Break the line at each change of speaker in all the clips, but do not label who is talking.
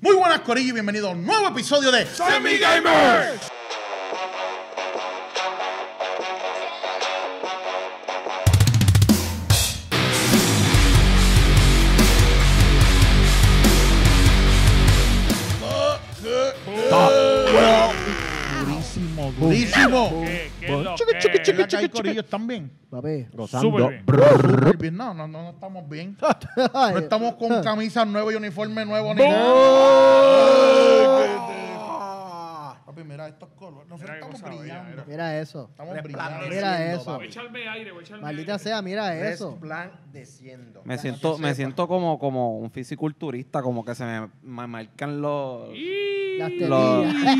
Muy buenas, Corillo, y bienvenido a un nuevo episodio de
Sammy Gamer.
Durísimo, durísimo.
¿Qué, qué es lo
Chiqui, chiqui,
que?
chiqui.
Mira que hay Corillo están bien.
Papi.
Súper
Gozando.
bien.
Súper bien. No, no, no, no estamos bien. No estamos con
eh.
camisas nuevas y uniforme nuevo ni nada. Papi, mira estos colores. Nosotros
Mira qué
estamos
cosa bella,
brillando.
Mira eso.
Estamos brillando.
Mira eso.
Voy a echarme aire, voy a echarme
Maldita
aire.
sea, mira eso.
Resplandeciendo.
Me siento, me siento como, como un fisiculturista, como que se me, me marcan los...
Y-
Las
Lo-
tetillas.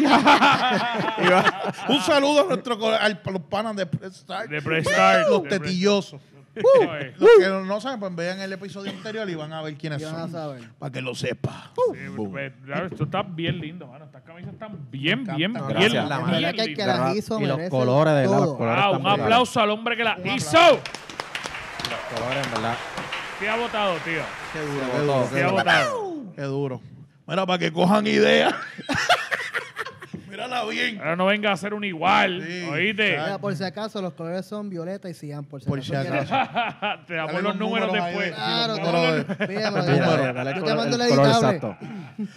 Y va- Un saludo a nuestro co- al- a los panas de Prestar.
De Prestart.
Los
De
tetillosos.
Prestart.
Los que no saben, pues vean el episodio anterior y van a ver quiénes
Y van a
son.
saber. Uh.
Para que lo sepa.
Sí, pues, claro, Esto está bien lindo, mano. Estas camisas están bien,
Capta.
bien, bien,
Gracias,
bien
la
verdad que hay que
lindas.
la- hizo,
y los
merece
colores, de verdad,
todo.
los colores
Ah, un
están
aplauso al hombre que la
Un
hizo.
brutales. Los colores, en verdad.
Te ha votado, tío.
Qué duro,
Se
qué
votó,
duro.
se
Te ha votado.
Qué duro. Mira, para que cojan ideas. Mírala bien.
Ahora no venga a ser un igual.
Sí,
¿Oíste?
claro.
Mira, por si acaso, los colores son violeta y cian, por si
Por si acaso.
te damos
Dale
los
los
números
números ahí,
después.
eh.
Claro,
Sí,
te
número.
Míralo,
Número.
míralo.
Dale el
Yo te
color-
mando el
el color
editable.
exacto.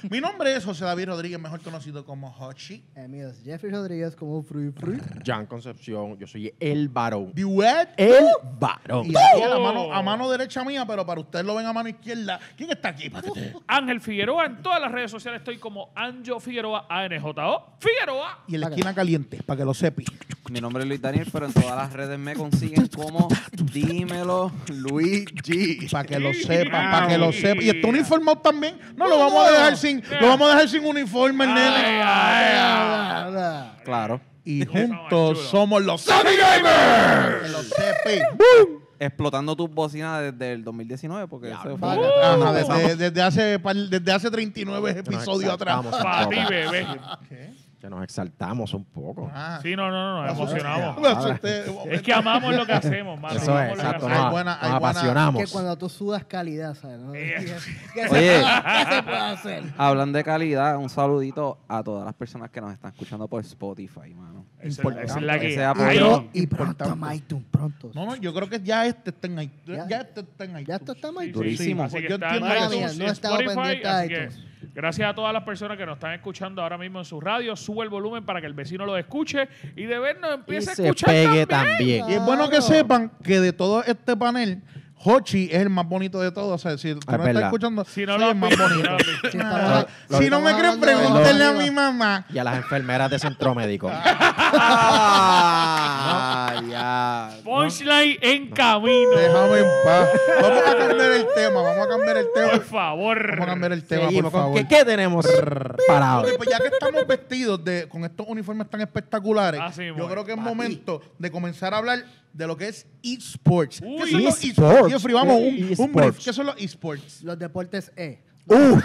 Mi nombre es José David Rodríguez, mejor conocido como Hochi.
Eh, mira, es Jeffrey Rodríguez como un free free.
Jan Concepción, yo soy el varón.
The Wet.
El varón.
Y aquí a, la
Oh.
mano, a mano derecha mía, pero para ustedes lo ven a mano izquierda. ¿Quién está aquí, Patete?
Ángel Figueroa. En todas las redes sociales estoy como Anjo Figueroa, ANJO. Figueroa.
Y en la esquina caliente, para que lo sepi.
Mi nombre es Luis Daniel, pero en todas las redes me consiguen como Dímelo Luigi.
Para que lo sepa, para que lo sepa. Y
Ah,
está uniformado también. No, lo
No,
vamos a
no.
dejar sin, lo vamos a dejar sin uniforme, el
Uh, Ay,
nene.
ay, ay.
Ahora,
Claro.
Y
Eso,
juntos
chulo.
somos los Sammy Gamers. Que lo sepi.
Explotando tus bocinas desde el 2019, porque eso fue...
vale.
Ajá, desde, desde hace, par- desde hace 39 episodios atrás.
exaltamos un
Para ti,
poco,
bebé.
¿Qué?
Que nos exaltamos un poco.
Ah.
Sí, no, no, no. Nos emocionamos.
Lo asusté.
Es que amamos lo que hacemos, mano.
Eso
Amamos
es,
lo que
exacto.
hacemos.
Hay
Nos,
buena-
nos
hay buena-
apasionamos.
que cuando tú sudas calidad, ¿sabes? no?
Eh.
¿Qué se-
Oye.
¿Qué se puede hacer?
Hablan de calidad, un saludito a todas las personas que nos están escuchando por Spotify, mano.
Esa es la- esa es la que
Ese
hay.
apoyo.
Y, pronto, Maitun, pronto.
No, no, yo creo que ya este está en iTunes. Ya,
Ya.
este está en iTunes.
Ya esto está
Sí, sí,
Maitun.
sí,
Durísimo.
así que
Yo
está
entiendo
en
que
iTunes
tú-
y
no estaba
Spotify,
pendiente a
así que
iTunes.
gracias a todas las personas que nos están escuchando ahora mismo en sus radios. Sube el volumen para que el vecino lo escuche y de vernos
Y
empiece a
se
escuchar
pegue
también.
Y
también.
es bueno que
Claro.
sepan que de todo este panel, Hochi es el más bonito de todos. O sea, si tú no
Ah, es
estás
verdad.
escuchando,
Si no
soy
lo
el
has
más
visto,
bonito. Ah,
no lo has visto.
Sí, estamos-
Lo-
si no me creen,
estamos hablando de los
pregúntenle a
amigos.
mi mamá.
Y a las enfermeras de centro médico.
Ah, ya.
Punchline en camino.
Déjame en paz. Vamos a cambiar el tema, vamos a cambiar el tema.
Por
Vamos a
favor.
cambiar el Este tema,
Seguimos,
por
¿con
favor.
¿Qué, qué tenemos para hoy?
Oye, pues ya que estamos vestidos de, con estos uniformes tan espectaculares,
Así mismo
yo
es.
creo que es momento de comenzar a hablar de lo que es esports. ¿Qué
Uy.
son los esports?
Esports.
Jeffrey, vamos, un,
¿Qué es
un brief.
esports?
¿Qué son los esports?
Los deportes E.
Uh,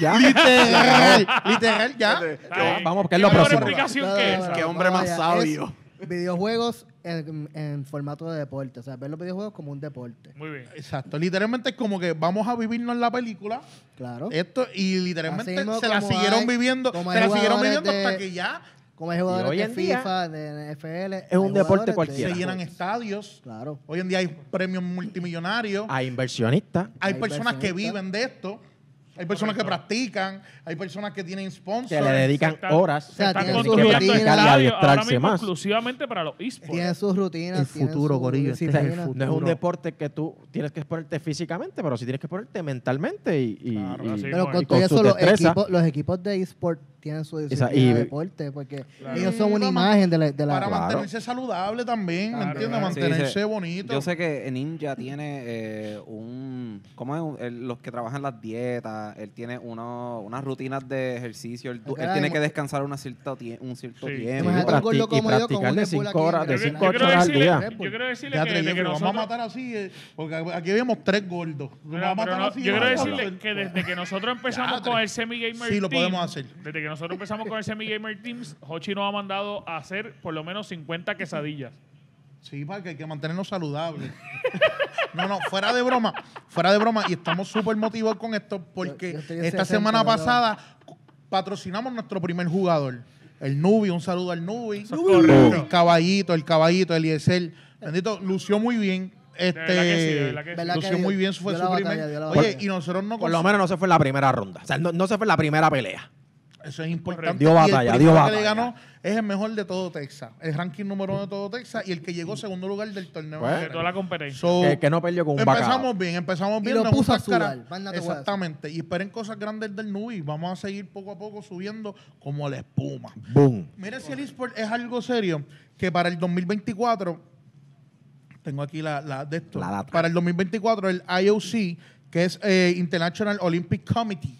ya.
Literal, literal, ya.
Está bien.
Vamos, que es lo
¿Qué mejor
próximo.
explicación que esa?
Qué hombre más sabio.
es videojuegos en, en formato de deporte. O sea, ver los videojuegos como un deporte.
Muy bien.
Exacto, literalmente es como que vamos a vivirnos la película.
Claro.
Esto, y literalmente
Así mismo
se la
como
siguieron
hay-
viviendo,
como
se
hay
la siguieron
jugadores
viviendo
de-
hasta que ya
Como hay
Y hoy
jugadores de
en día,
FIFA, de NFL.
es un
hay
deporte
jugadores de-
cualquiera.
se
Mira.
llenan estadios.
Claro.
Hoy en día hay premios multimillonarios.
A inversionistas.
Hay
Hay
personas que
inversionistas.
viven de esto. Hay personas que practican. Hay personas que tienen sponsors.
Que le dedican
están-
horas.
se están
Están
Tienen
que
su
construyendo
rutina.
practicar y
estadios ahora
adiestrarse
mismo
más.
exclusivamente para los
Tienen
esports.
sus rutinas.
El
tienen
futuro,
su
gorillo, este es el
disciplina.
futuro.
No es un
Duro.
deporte que tú tienes que exponerte físicamente, pero sí tienes que exponerte mentalmente y, y-
Claro,
y-
así
y
mismo.
Pero con
Y
todo
su
eso, los
destreza.
equipos, los equipos de eSport tienen su disciplina
y-
de deporte porque
Claro.
ellos son una
Para
imagen de la. De la-
Para
Claro.
mantenerse saludable también, ¿me
Claro,
entiendes?
claro.
Mantenerse
Sí, sí.
bonito.
Yo sé que Ninja tiene eh, un... ¿Cómo es? El- los que trabajan las dietas, él tiene uno, unas rutinas de ejercicio, él, tú- él
Acá
tiene
hay-
que descansar una cierta tie- un cierto
Sí.
tiempo.
Imagínate un
practi-
gordo
y
como yo con
practicar
un
de
Red Bull
cinco
aquí en
horas,
la-
de
Yo-
cinco,
yo
ocho
quiero
horas al
decirle-
día.
Yo quiero decirle
Ya,
que,
tres,
de que
Jeffrey, vamos a
nosotros-
matar así, eh, porque aquí vemos tres gordos. Lo vamos
Pero-
a
pero
matar
no,
así,
yo quiero
vamos a
decirle
matarlo.
que desde que nosotros empezamos
Ya,
con
tre-
el Semi Gamer
Sí, lo
Team,
podemos hacer.
Desde que nosotros empezamos con el Semi Gamer Teams, Hochi nos ha mandado a hacer por lo menos 50 quesadillas.
Sí, porque hay que mantenernos saludables. no, no, fuera de broma. Fuera de broma. Y estamos súper motivados con esto porque
Yo- yo estoy en
esta
60,
semana
bro.
pasada cu- patrocinamos nuestro primer jugador. El Nubi, un saludo al Nubi.
Eso es correcto.
El caballito, el caballito, el ISL. Bendito, lució muy bien. Este,
De verdad que sí, de verdad que sí.
¿Verdad
lució
que
muy
dio-
bien, su fue
dio
su
la
primer.
batalla, dio la
Oye,
batalla?
y nosotros no
Por lo menos no se fue en la primera ronda. O sea, no, no se fue en la primera pelea.
Eso es importante. Y
Dio
el
batalla,
primero
dio
que
batalla.
le ganó es el mejor de todo Texas. El ranking número uno de todo Texas y el que llegó segundo lugar del torneo.
Pues,
De toda la competencia.
So,
El que no perdió con un
Oh. empezamos
bacalao.
bien, empezamos
Y
bien.
lo
nos
puso a
gusta escalar.
sudar, más nada te voy a decir.
Exactamente. Y esperen cosas grandes del Nubi. Vamos a seguir poco a poco subiendo como la espuma.
Boom.
Mira si el eSport es algo serio, que para el 2024, tengo aquí la, la de esto,
La data.
para el 2024 el IOC, que es eh, International Olympic Committee,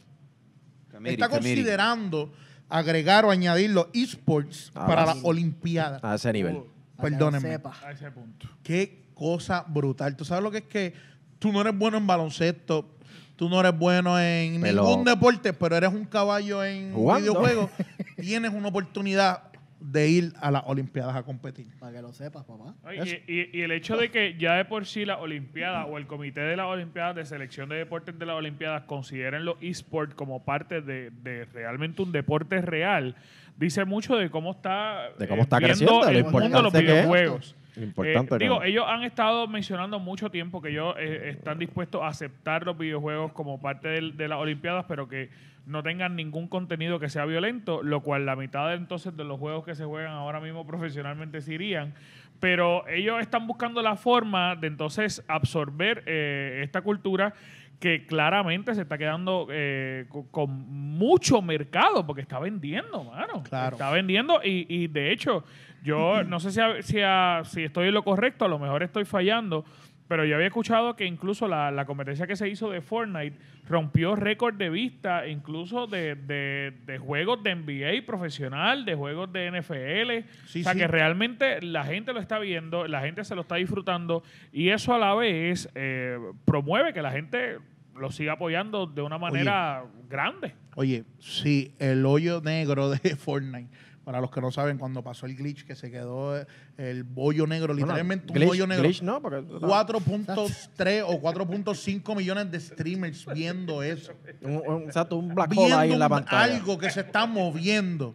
Committee,
está
committee.
considerando agregar o añadir los esports
Ah,
para
vas.
las Olimpiadas.
A ese nivel.
Uh, Para que lo
Perdónenme.
sepa.
A ese punto.
Qué cosa brutal. Tú sabes lo que es que tú no eres bueno en baloncesto, tú no eres bueno en
Pero-
ningún deporte, pero eres un caballo en
Jugando.
videojuegos. Tienes una oportunidad de ir a las Olimpiadas a competir.
Para que lo sepas, papá.
Ay, Y, y- y el hecho de que ya de por sí las Olimpiadas o el Comité de las Olimpiadas de Selección de Deportes de las Olimpiadas consideren los esports como parte de, de realmente un deporte real, dice mucho de cómo está, eh,
De cómo está
viendo
creciendo, de lo
el mundo de los
importante que es.
videojuegos.
Importante.
Eh, digo,
¿no?
ellos han estado mencionando mucho tiempo que ellos eh, están dispuestos a aceptar los videojuegos como parte del- de las Olimpiadas, pero que no tengan ningún contenido que sea violento, lo cual la mitad de, entonces de los juegos que se juegan ahora mismo profesionalmente se irían. Pero ellos están buscando la forma de entonces absorber eh, esta cultura que claramente se está quedando eh, co- con, mucho mercado porque está vendiendo, mano.
Claro.
Está vendiendo y, y, de hecho, yo no sé si, a- si, a- si estoy en lo correcto, a lo mejor estoy fallando, pero yo había escuchado que incluso la, la competencia que se hizo de Fortnite rompió récord de vista, incluso de, de- de juegos de NBA profesional, de juegos de NFL.
Sí,
o sea
sí.
que realmente la gente lo está viendo, la gente se lo está disfrutando y eso a la vez eh, promueve que la gente lo siga apoyando de una manera grande.
Oye, sí, el hoyo negro de Fortnite. Para los que no saben, cuando pasó el glitch, que se quedó eh, el bollo negro,
Bueno,
literalmente un
glitch-
bollo negro.
glitch no, porque-
4.3 o 4.5 millones de streamers viendo eso.
Un, un, exacto, un black hole
viendo
ahí en la
un-
pantalla.
algo que se está moviendo.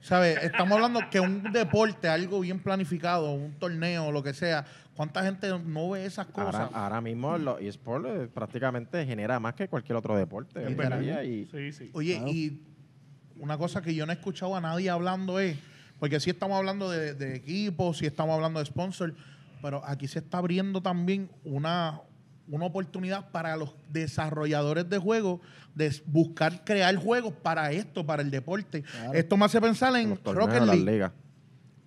¿Sabes? Estamos hablando que un deporte, algo bien planificado, un torneo, lo que sea, ¿cuánta gente no ve esas cosas?
Ahora, ah, ahora mismo los esports eh, prácticamente genera más que cualquier otro deporte. hoy en
verdad.
día, y-
Sí, sí.
Oye, y una cosa que yo no he escuchado a nadie hablando es, porque sí estamos hablando de, de equipos, sí estamos hablando de sponsor, pero aquí se está abriendo también una, una oportunidad para los desarrolladores de juegos de s- buscar crear juegos para esto, para el deporte. Esto me hace pensar en
los torneos,
Rocket
las
League.
ligas.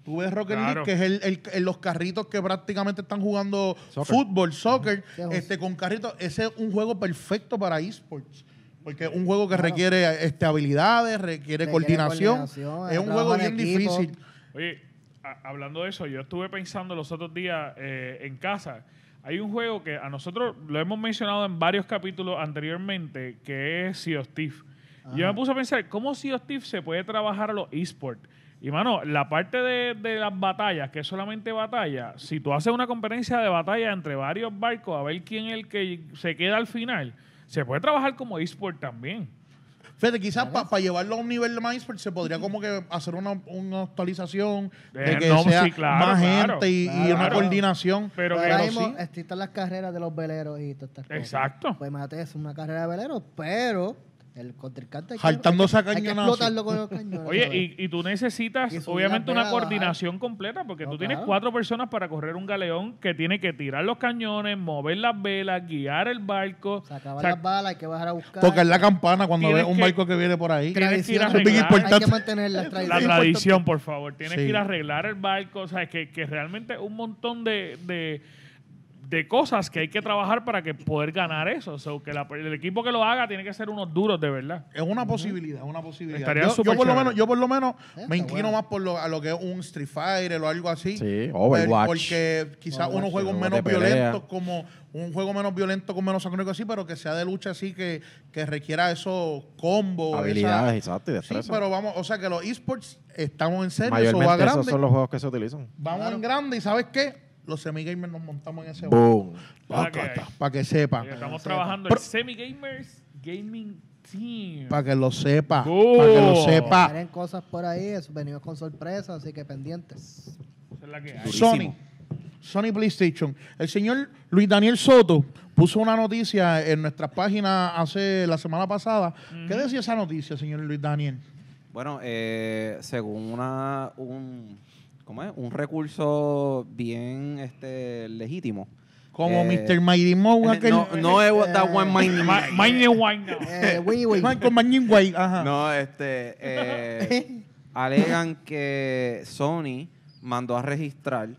Tú ves Rocket League,
Claro.
que es el, el- el- los carritos que prácticamente están jugando
Soccer.
fútbol, soccer,
Sí, José.
este, con carritos. Ese es un juego perfecto para esports. Porque es un juego que requiere este, habilidades, requiere,
Requiere
coordinación.
coordinación,
Es un
trabajo
juego
en
bien
equipo.
difícil.
Oye, a- hablando de eso, yo estuve pensando los otros días eh, en casa. Hay un juego que a nosotros lo hemos mencionado en varios capítulos anteriormente, que es Sea of Thief. Y Yo me puse a pensar, ¿cómo Sea of Thief se puede trabajar a los esports? Y mano, la parte de, de las batallas, que es solamente batalla, si tú haces una competencia de batalla entre varios barcos a ver quién es el que se queda al final, se puede trabajar como esport también.
Fíjate, quizás para llevarlo a un nivel más esports se podría como que hacer una, una actualización de
Eh,
que
no,
sea
sí, claro,
más
claro.
gente y, y
Claro.
una coordinación.
Pero
Pero
que-
ahora
pero
mismo
sí.
están las carreras de los veleros y todas estas cosas.
Exacto.
Pues imagínate, es una carrera de veleros, pero el contrincante hay que-
Saltándose a
hay que
cañonazo.
explotarlo con los cañones.
Oye,
¿sabes?
y, y tú necesitas
Y subir
obviamente una
las velas, bajar.
coordinación completa porque
No,
tú tienes
claro.
cuatro personas para correr un galeón que tiene que tirar los cañones, mover las velas, guiar el barco.
Se acaban
O sea,
las balas, hay que bajar a buscar.
Tocar la campana cuando
Tienes
ves un
que-
barco que viene por ahí.
Tienes que ir
Tradiciones,
a arreglar.
Bien importante.
Hay que mantener las
la
tradiciones.
tradición, por favor. Tienes
Sí.
que ir a arreglar el barco. O sea, que, que realmente un montón de, de- de cosas que hay que trabajar para que poder ganar eso. O sea, que la- el equipo que lo haga tiene que ser unos duros de verdad.
Ah,
Es una posibilidad, es una posibilidad.
Estaría
yo, yo
súper
por lo
chévere.
menos, yo por lo menos
Eh, Está
me inclino
bueno.
más por lo, a lo que es un Street Fighter o algo así.
Sí, Overwatch.
Porque quizás
Overwatch,
unos juegos
juegos
menos
de pelea.
violentos, como un juego menos violento con menos sangre así, pero que sea de lucha así, que, que requiera esos combos.
Habilidades,
Oh, esa-
exacto, y destreza.
Sí, pero vamos, o sea que los esports estamos en serio, eso va
Mayormente
grande.
esos son los juegos que se utilizan.
Vamos
Claro.
en grande y ¿sabes qué? los semigamers nos montamos en ese
Boom.
Para que-
Para que sepa.
Y estamos trabajando el Semi Gamers Gaming Team.
Para que lo sepa.
Oh.
Para que lo
Salen
sepa.
cosas por ahí, eso, venimos con sorpresas, así que pendientes.
Esa es la que hay.
Sony.
Durísimo.
Sony PlayStation. El señor Luis Daniel Soto puso una noticia en nuestras páginas hace la semana pasada. ¿Qué
Mm.
decía esa noticia, señor Luis Daniel?
Bueno, eh, según una, un, ¿cómo es? un recurso bien este, legítimo.
Como
Eh,
Mr. Mighty Moe,
eh,
aquel.
No, no es what that one mind.
Ma- Mind and Wine Now.
Eh, Wii, Wii.
Michael Manninway, ajá.
No, este. eh, alegan que Sony mandó a registrar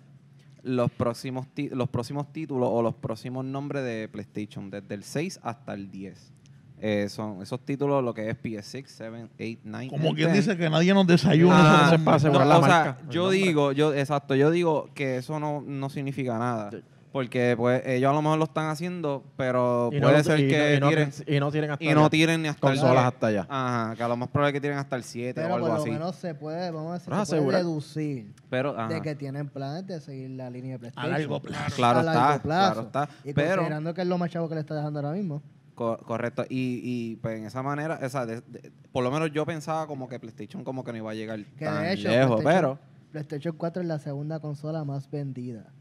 los próximos, ti- los próximos títulos o los próximos nombres de PlayStation, desde el 6 hasta el 10. Eh, son esos títulos lo que es PS6, 7, 8, 9.
Como
10,
quien
10.
dice que nadie nos desayuna.
Ah,
Eso es para asegurar
no,
la
o sea,
marca, el
yo
nombre.
digo, yo, exacto, yo digo que eso no, no significa nada. Porque pues ellos a lo mejor lo están haciendo, pero
Y no
puede
lo-
ser
y no-
que
y no,
tiren-
y no tienen hasta
y no
allá.
tiren ni hasta
Consolas
el-
hasta allá.
Ah,
Ajá, que a lo más probable es que tienen hasta el 7 o
Pero por
algo
lo
así.
menos se puede, vamos a decir,
Pero
se puede
asegura-
deducir
Pero, ajá,
de que tienen planes de seguir la línea de PlayStation.
largo plazo.
Claro
A largo
está,
plazo.
claro está,
Y
pero-
considerando que es lo más chavo que le está dejando ahora mismo.
co- correcto. Y, y pues en esa manera, o sea, de- de- por lo menos yo pensaba como que PlayStation como que no iba a llegar
Que
tan
de hecho,
lejos, pero
PlayStation, PlayStation 4 es la segunda consola más vendida.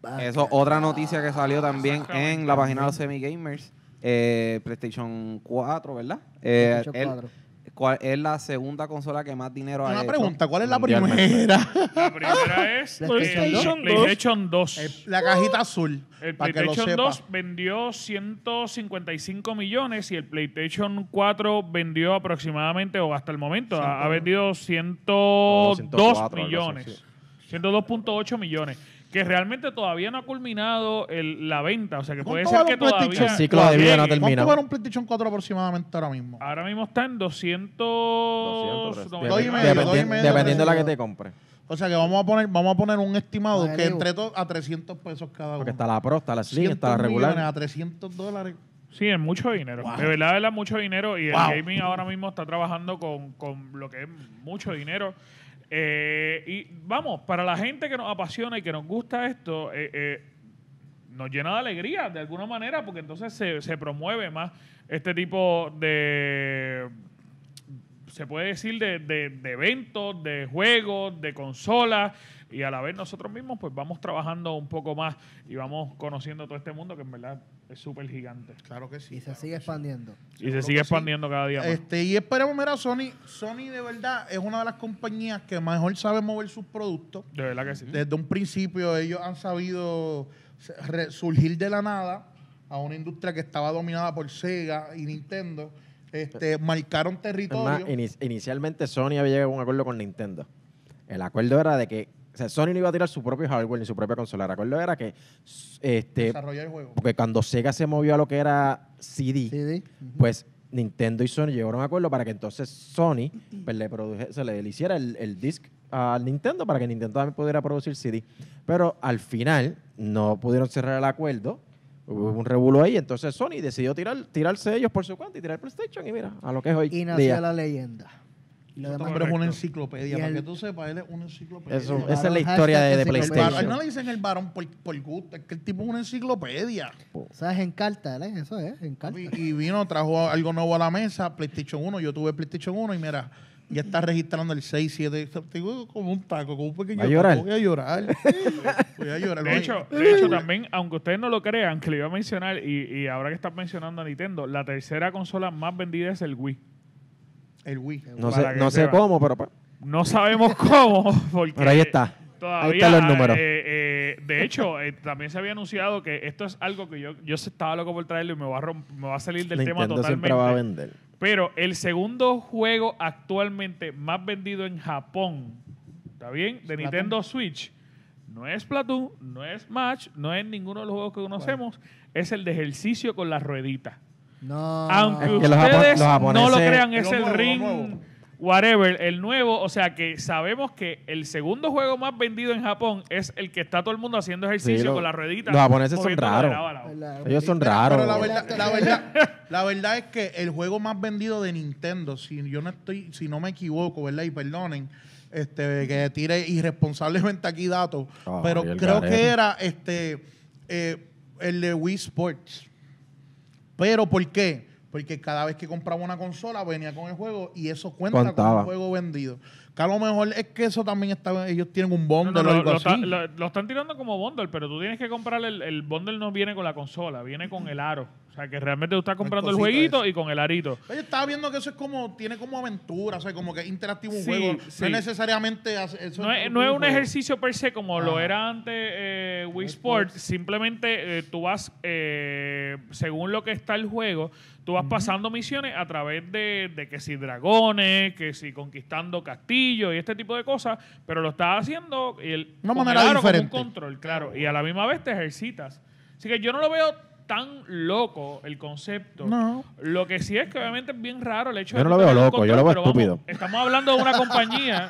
Vaca.
eso otra noticia que
Ah,
salió también
Exactamente.
en la página de los Semi Gamers, eh, PlayStation 4, ¿verdad? Eh,
PlayStation
el-
4.
cual- es la segunda consola que más dinero ha
Una
hecho.
pregunta, ¿cuál es la
Mundialmente.
primera?
La primera es eh,
PlayStation
el PlayStation 2.
Eh, La cajita azul,
El
para que lo
PlayStation
sepa.
2 vendió 155 millones y el PlayStation 4 vendió aproximadamente, o hasta el momento, ha, ha vendido 102
104, algo
millones.
así,
102.8 millones. Que realmente todavía no ha culminado el- la venta. O sea, que puede
¿Cuánto
ser
vale
que
un PlayStation
todavía...
El ciclo de vida no ha
llegue.
¿Cuánto
Terminado.
vale un PlayStation 4 aproximadamente ahora mismo?
Ahora mismo está en 200...
Depe- Dos y medio,
Dependi-
dos y medio,
dependiendo de la que
dos y
te compre.
O sea que vamos a poner, vamos a poner un estimado
Vale,
que
digo.
entre todos a 300 pesos cada uno.
Porque está la pro, está la slim, está la
100 millones
regular.
A 300 dólares.
Sí, es mucho dinero. De verdad, de verdad, mucho dinero. Y
Wow.
el gaming ahora mismo está trabajando con, con lo que es mucho dinero. Eh, y vamos, para la gente que nos apasiona y que nos gusta esto, eh, eh, nos llena de alegría de alguna manera, porque entonces se, se promueve más este tipo de. Se puede decir de, de- de eventos, de juegos, de consolas, y a la vez nosotros mismos, pues vamos trabajando un poco más y vamos conociendo todo este mundo que en verdad es súper gigante.
Claro que sí.
Y se
claro
sigue
que sí.
expandiendo.
Y se
Seguro
sigue
que
expandiendo cada día más.
Este, y esperemos, mira, Sony, Sony de verdad es una de las compañías que mejor sabe mover sus productos.
De verdad que sí.
Desde un principio ellos han sabido se- re- surgir de la nada a una industria que estaba dominada por Sega y Nintendo. Este, marcaron
Es más,
territorio.
ini- inicialmente Sony había llegado a un acuerdo con Nintendo. El acuerdo era de que o sea, Sony no iba a tirar su propio hardware ni su propia consola. El acuerdo era que este,
desarrollar el juego.
porque cuando Sega se movió a lo que era CD,
CD.
pues Nintendo y Sony llegaron a un acuerdo para que entonces Sony pues, le produje- se le, le hiciera el, el disc a Nintendo para que Nintendo también pudiera producir CD. Pero al final no pudieron cerrar el acuerdo. Hubo un revuelo ahí, entonces Sony decidió tirar, tirarse ellos por su cuenta y tirar PlayStation y mira, a lo que es hoy
Y nació
día.
la leyenda. Y lo
Este
demás-
hombre es una
Correcto.
enciclopedia.
Y
Para
el-
que tú sepas, él es una enciclopedia.
Eso-
El
esa es la
Hashtag
historia de, de
que se
varón- el varón-
PlayStation.
no le dicen el varón por, por gusto, es que el tipo es una enciclopedia.
¿Sabes? En carta, ¿eh? Eso es, en carta.
Y, y vino, trajo algo nuevo a la mesa, PlayStation 1. Yo tuve PlayStation 1 y mira, ya está registrando el 6, 7. Te digo, como un taco, como un pequeño
¿Va a llorar?
taco. Voy a llorar. Voy a llorar.
De hecho, de hecho, también, aunque ustedes no lo crean, que le iba a mencionar, y, y ahora que estás mencionando a Nintendo, la tercera consola más vendida es el Wii.
el Wii.
No
Para
sé,
que
no sé
sepa.
cómo, pero, pues,
No sabemos cómo, porque
pero ahí está.
Todavía,
ahí están los números.
eh, eh, de hecho, eh, también se había anunciado que esto es algo que yo, yo estaba loco por traerlo y me va a, romp- me va a salir del tema
Nintendo
totalmente.
siempre va a vender.
Pero el segundo juego actualmente más vendido en Japón, ¿está bien? De
Splatoon.
Nintendo Switch. No es Platoon, no es Match, no es ninguno de los juegos que conocemos, es el de ejercicio con las rueditas.
No.
Aunque
Es que los japo-
ustedes
los
no lo
japoneses-
crean,
Lo
es el
nuevo, lo
ring
nuevo.
whatever, el nuevo. O sea que sabemos que el segundo juego más vendido en Japón es el que está todo el mundo haciendo ejercicio
Sí, lo-
con las rueditas.
los japoneses son
moviéndolo de
raros.
lado a lado.
La-
Ellos son
Mira,
raros.
Pero la verdad, la, verdad, la verdad es que el juego más vendido de Nintendo, si yo no estoy, si no me equivoco, ¿verdad? Y perdonen, este, que tire irresponsablemente aquí datos,
Ah,
pero
y el
creo
garete.
que era este, eh, el de Wii Sports. ¿Pero por qué? Porque cada vez que compraba una consola venía con el juego y eso cuenta con
Contaba.
el juego vendido. Que a lo mejor es que eso también está, ellos tienen un
No,
bundle
no,
o
lo,
algo
lo
así.
está- lo- lo están tirando como bundle, pero tú tienes que comprar el, el bundle no viene con la consola, viene con el aro. O sea, que realmente tú estás comprando el
cosita
jueguito
esa.
y con el arito.
Oye, estaba viendo que eso es como, tiene como aventura, o sea, como que es interactivo un
Sí,
juego.
sí.
No es necesariamente hace- eso
No es,
un
no es un
juego.
ejercicio per se como lo
Ajá.
era antes eh, Wii Sports. Simplemente eh, tú vas, eh, según lo que está el juego, tú vas pasando misiones a través de, de que si dragones, que si conquistando castillos y este tipo de cosas, pero lo estás haciendo y el,
Una
con el
manera
aro, con
diferente.
un control, claro. Y a la misma vez te ejercitas. Así que yo no lo veo tan loco el concepto.
No.
Lo que sí es que obviamente es bien raro el hecho de
Yo
tú
no lo veo
tener un
loco, yo lo veo
pero vamos,
estúpido.
Estamos hablando de una compañía.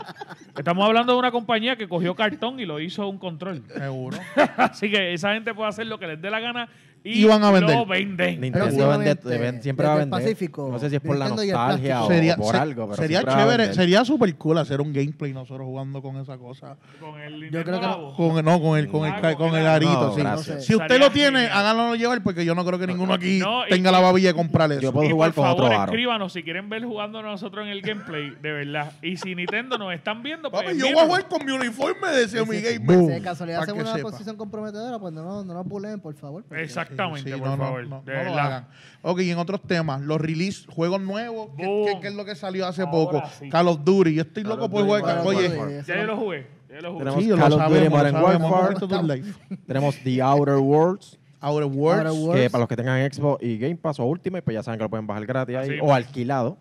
estamos hablando de una compañía que cogió cartón y lo hizo un control.
Seguro.
Así que esa gente puede hacer lo que les dé la gana y,
Y van a vender.
lo venden.
Nintendo
Próximamente,
vende- te ven- siempre va a
desde el
vender.
Pacífico,
no sé si es por la
Nintendo y el
nostalgia o
plástico.
por
se-
algo. Pero
sería
siempre va a
chévere,
vender.
sería super cool hacer un gameplay nosotros jugando con esa cosa.
Con el
Yo creo
Nintendo
que no.
Labo.
Con, no, con el, con el,
Ah,
ca-
con
con
el
el arito,
No,
sí.
gracias.
Si usted
Estaría
lo tiene,
genial.
háganlo llevar porque yo no creo que ninguno aquí
No, y-
tenga la babilla de comprar eso.
Yo puedo
Y
jugar
por
con
favor,
otro aro.
escríbanos si quieren ver jugando nosotros en el gameplay, de verdad. Y si Nintendo nos están viendo, pues
Papi, yo voy
envíenos.
a jugar con mi uniforme de Xiaomi Game.
Si de casualidad hacen una posición comprometedora, pues no, no, no nos buleen, por favor. porque-
Exactamente, por
no, no,
favor.
no,
de
no lo
verdad.
hagan. Ok, y en otros temas, los release, juegos nuevos, ¿qué,
Boom.
qué- qué es lo que salió hace
Ahora
poco?
sí.
Call of Duty, yo estoy
Call
loco
of
por
Duty,
jugar.
Call of
Oye,
Duty, eso
Ya yo
no-
lo jugué. Ya yo lo jugué.
Tenemos
sí, lo
Call of Duty,
sabemos, lo
Modern
sabemos.
Warfare.
Mortal Kombat Live.
Tenemos The Outer Worlds,
Outer Worlds.
Outer Worlds.
que Eh, para los que tengan Xbox y Game Pass o Ultimate, pues ya saben que lo pueden bajar gratis ahí,
Así.
o alquilado.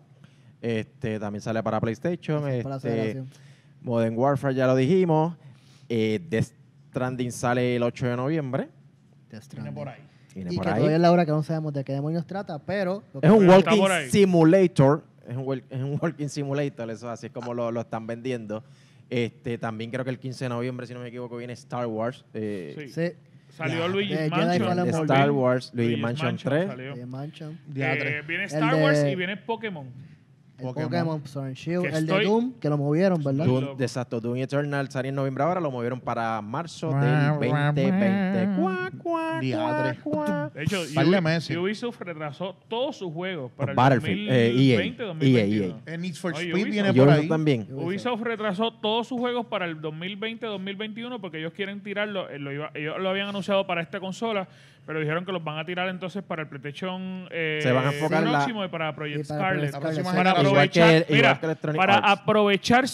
Este, también sale para PlayStation.
Así es, para la
Este,
federación.
Modern Warfare ya lo dijimos. Eh, Death Stranding sale el 8 de noviembre.
Death
Viene
Stranding.
por ahí.
Viene
Y
por
que
ahí.
todavía es la hora que no sabemos de qué demonios trata, pero... lo que-
Es un
Pero está
walking
por ahí.
simulator. Es un, wel- es un walking simulator, eso así es como lo, lo están vendiendo. Este, también creo que el 15 de noviembre, si no me equivoco, viene Star Wars. eh,
Sí.
Sí,
Salió
Ya,
Luigi
de Jedi
Mansion.
Fallen Order.
Star Wars, Luigi Mansion 3.
salió.
de Mansion.
Diatre.
Eh, viene Star
El de-
Wars y viene Pokémon.
El
Pokémon.
Pokémon, Sword and Shield,
Que
el
estoy-
de Doom, que lo movieron, ¿verdad?
Doom.
Doom-
loco.
exacto, Doom Eternal salió en noviembre ahora, lo movieron para marzo
Ra,
del
ra,
2020.
ra.
Cuac, cuac,
Diadre.
cuac, cuac.
De hecho,
Par de
Ubi-
meses.
Ubisoft retrasó todos sus juegos para el
Battlefield, eh,
2020,
EA,
2021.
EA.
Eh, Need for
Oye,
Speed
Ubisoft.
viene
Yo
por ahí.
también.
Ubisoft retrasó todos sus juegos para el 2020-2021 porque ellos quieren tirarlo. eh, Lo iba- ellos lo habían anunciado para esta consola, pero dijeron que los van a tirar entonces para el PlayStation eh,
Se van a enfocar en la-
próximo y para Project
Y para
Scarlet.
Project
La próxima
Scarlet,
Para
generación.
Igual que
aprovechar,
el- igual
mira,
que Electronic
para
Arts.
aprovechar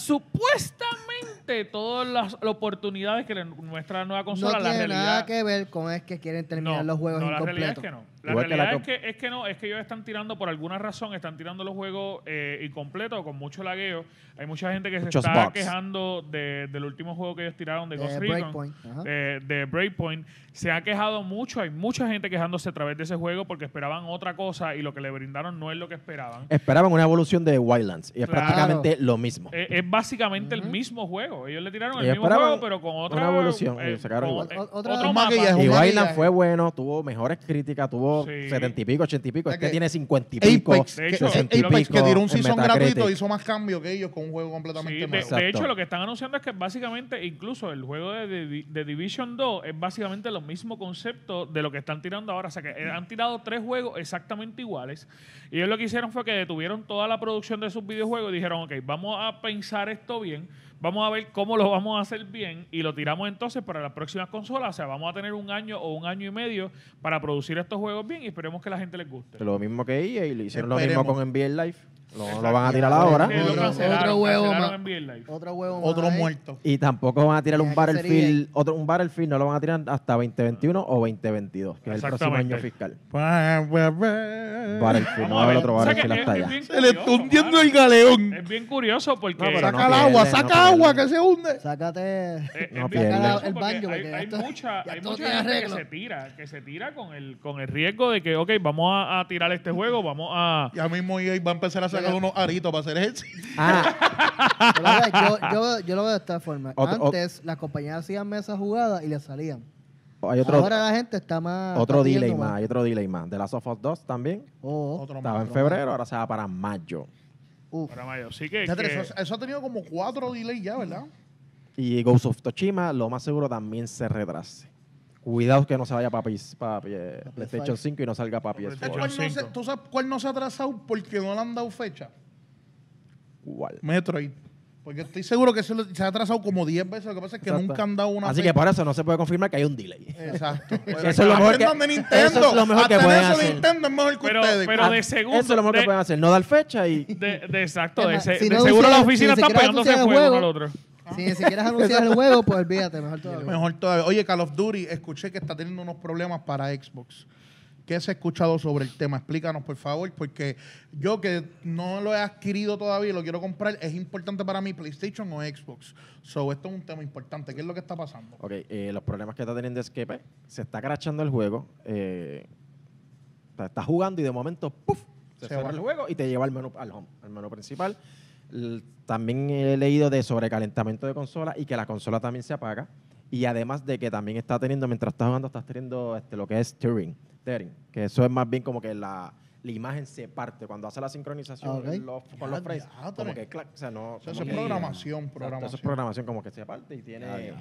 supuestamente todas las las oportunidades que le muestra la nueva
no
consola, la
tiene
realidad
nada que ver con es que quieren terminar los juegos
no, la realidad es
incompletos.
que no. La
Igual que
realidad
la
es, que, es que no, es que ellos están tirando por alguna razón, están tirando los juegos eh, incompletos con mucho lagueo. Hay mucha gente que
Muchos
se está
bugs.
quejando de- del último juego que ellos tiraron de
De
Ghost Recon.
Eh, Breakpoint, ajá.
De, de Breakpoint. Se ha quejado mucho, hay mucha gente quejándose a través de ese juego porque esperaban otra cosa y lo que le brindaron no es lo que esperaban.
Esperaban una evolución de Wildlands y es
Claro.
prácticamente lo mismo.
Eh, Es, básicamente el mismo juego. Ellos le tiraron el
Ellos
mismo
esperaban
juego, pero con otra
una evolución,
eh,
y sacaron
con-
igual.
eh,
Otra-
otro
Un
mapa.
maquillaje,
Y
un
Wildlands
viaje.
fue bueno, tuvo mejores críticas, tuvo
Sí.
setenta y pico, ochenta y pico. Este
Es que
tiene cincuenta y pico.
Apex,
De
que,
hecho,
Apex
60 y
Apex que
pico
tiró un
en
season
Metacritic.
gratuito hizo más cambios que ellos con un juego completamente
Sí, de-
nuevo.
de,
Exacto.
hecho, lo que están anunciando es que básicamente, incluso el juego de, Divi- de Division 2 es básicamente lo mismo concepto de lo que están tirando ahora. O sea, que eh, han tirado tres juegos exactamente iguales. Y ellos lo que hicieron fue que detuvieron toda la producción de sus videojuegos y dijeron, ok, vamos a pensar esto bien, vamos a ver cómo lo vamos a hacer bien y lo tiramos entonces para las próximas consolas. O sea, vamos a tener un año o un año y medio para producir estos juegos bien y esperemos que la gente les guste.
Lo mismo que EA, y le hicieron lo
Esperemos.
mismo con NBA Live. Lo, lo
Exacto.
van a tirar
Sí,
ahora.
lo
Otro-
cancelaron,
otro juego
cancelaron
más.
NBA Live.
Otro huevo más
Otro
ahí.
muerto.
Y tampoco van a tirar
Ya,
un
¿qué sería?
Battlefield, otro, un Battlefield no lo van a tirar hasta 2021 o 2022, que es el próximo
Exactamente.
año fiscal.
Se
Battlefield, no va a
ver.
haber otro
O sea,
Battlefield
que es-
hasta
es
allá.
bien
le
curioso,
está hundiendo
mano.
el galeón.
Es bien curioso porque.
No, pero
saca el
pierde,
agua,
no
saca
pierde.
agua que se hunde.
Sácate...
Eh,
No
es bien
pierde.
curioso
El
porque
baño,
hay,
porque ya
hay
todo-
mucha,
ya
hay
todo
mucha
tiene
gente que
arreglo.
se tira, que se tira con el, con el riesgo de que, ok, vamos a, a tirar este juego, vamos a.
Ya mismo EA va a empezar a sacar unos aritos para hacer ejercicio.
Ah,
Pero, mira, yo, yo, yo lo veo de esta forma.
Otro- o-
Antes las compañías hacían mesas jugadas y le salían.
hay otro,
Ahora la gente está más...
otro
está
delay
pidiendo
más, hay otro delay más. De Last of Us 2 también.
Oh,
Otro
Estaba
más,
en
otro más.
febrero, ahora se va para mayo.
Uf.
para mayo. Así que,
Ya,
que-
tres, eso, eso ha tenido como cuatro delays ya, ¿verdad?
Y Ghost of Tsushima, lo más seguro también se retrase. Cuidado que no se vaya para PlayStation
PS5.
5 y no salga para
¿Sabes
PS4.
cuál no
cinco.
se- ¿Tú sabes cuál no se ha atrasado porque no le han dado fecha?
Igual.
Metroid. Porque estoy seguro que se, lo- se ha atrasado como 10 veces. Lo que pasa es que
Exacto.
nunca han dado una
Así
fecha.
que por eso no se puede confirmar que hay un delay.
Exacto.
Eso es lo mejor que-
Aprendan de Nintendo.
eso es lo mejor
Hasta
que
en
pueden
eso
hacer.
Nintendo es mejor que
Pero-
ustedes.
pero-
Ah,
de
Ah,
segundo,
Eso es lo mejor que
de-
pueden hacer, no dar fecha y...
de, de- exacto,
Es
de,
más,
se-
si
de
no
seguro la
anuncian-
oficina
si ni
está
siquiera
pegándose el
anuncian el
juego uno al
juego.
otro.
Si ni siquiera anunciar el juego, pues olvídate, mejor todavía.
mejor todavía. Oye, Call of Duty, escuché que está teniendo unos problemas para Xbox. ¿Qué se ha escuchado sobre el tema? Explícanos, por favor, porque yo que no lo he adquirido todavía y lo quiero comprar, es importante para mí PlayStation o Xbox. So, esto es un tema importante. ¿Qué es lo que está pasando?
Ok, eh, los problemas que está teniendo es que pues, se está crachando el juego. eh, o sea, está jugando y de momento, ¡puf! Se,
Se
cierra
va.
el juego y te lleva al menú, al home, al menú principal. L- también he leído de sobrecalentamiento de consola y que la consola también se apaga. Y además de que también está teniendo, mientras estás jugando, estás teniendo este, lo que es tearing, tearing, que eso es más bien como que la, la imagen se parte cuando hace la sincronización
Ah, ok.
en los- con los
Ya,
frames.
ya,
Como
tres.
que, clac, o sea, no,
Eso
como
es
que-
programación,
Exacto, Eso es
programación.
programación, como que se parte y tiene...
Ah,
Eh,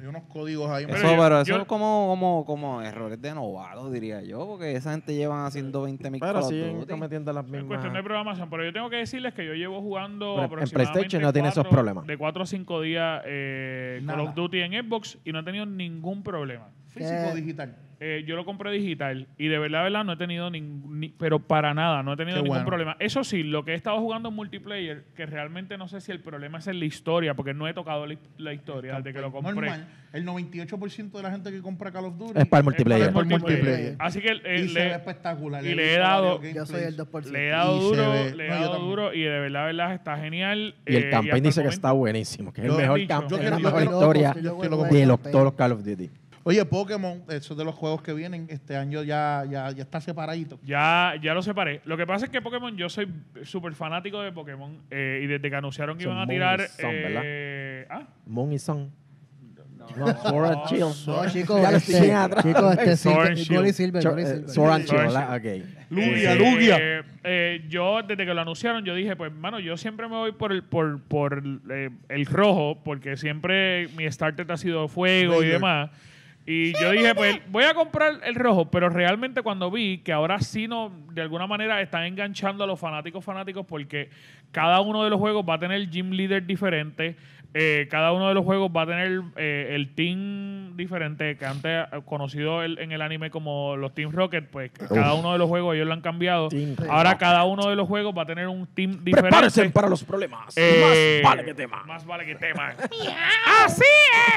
Hay unos códigos ahí.
Eso,
Pero
pero,
yo-
eso
yo-
es como, como, como errores de novato, diría yo, porque esa gente llevan haciendo 20 mil
Pero siguen cometiendo las
Es cuestión
mismas.
de programación, pero yo tengo que decirles que yo llevo jugando
Pero en
aproximadamente
PlayStation no tiene esos
cuatro-
problemas.
De 4 a 5 días eh, Call of Duty en Xbox y no he tenido ningún problema.
Físico o digital.
Eh, yo lo compré digital y de verdad, de verdad, no he tenido ningún, ni- pero para nada, no he tenido
Qué
ningún
bueno.
problema. Eso sí, lo que he estado jugando en multiplayer, que realmente no sé si el problema es en la historia, porque no he tocado la, la historia desde que lo compré. Eh,
Normal. El 98% de la gente que compra Call of Duty
Es para el
Es
multiplayer.
para el
Por
multiplayer.
multiplayer.
Así que eh,
y
le,
se ve espectacular.
y
He
le he
visto
dado-
varios
Yo
gameplays.
soy el 2%.
le he dado
Y se
duro,
ve-
le he
no, yo
dado
también.
duro y de verdad, de verdad, está genial.
Y
eh,
el
hasta
campaign dice que
momento-
está buenísimo, que es el
Yo-
mejor
yo
campaign,
quiero-
es la
yo
mejor
quiero-
historia
yo quiero
juego
de
el
los,
campaign.
todos los Call of Duty.
Oye, Pokémon, esos de los juegos que vienen este año ya, ya, ya está separadito.
Ya, ya lo separé. Lo que pasa es que Pokémon, yo soy súper fanático de Pokémon eh, y desde que anunciaron que
Son
iban a
muy
tirar...
son,
eh, ah,
Moon y Sun. No, Sword and Shield.
No, chicos,
Ya lo siguen
este,
atrás.
chicos, este
Sword and
Silver, Gold y
Shield.
Silver,
Cho-
Gold y
eh,
Silver.
Sword and
Sword and
Shield, ¿verdad? Ok.
Lugia,
Eh,
Lugia.
eh, eh, yo, desde que lo anunciaron, yo dije, pues, mano, yo siempre me voy por el, por, por, eh, el rojo, porque siempre mi starter ha sido fuego y
Ranger.
demás. Y yo dije, pues, voy a comprar el rojo, pero realmente cuando vi que ahora sí no, de alguna manera están enganchando a los fanáticos fanáticos porque cada uno de los juegos va a tener gym leader diferente, eh, cada uno de los juegos va a tener eh, el team diferente, que antes eh, conocido el- en el anime como los Team Rocket, pues cada uno de los juegos ellos lo han cambiado.
Team
Ahora
Rocket.
cada uno de los juegos va a tener un team diferente.
Prepárense para los problemas.
Eh,
Más vale que tema.
Más vale que tema. ¡Así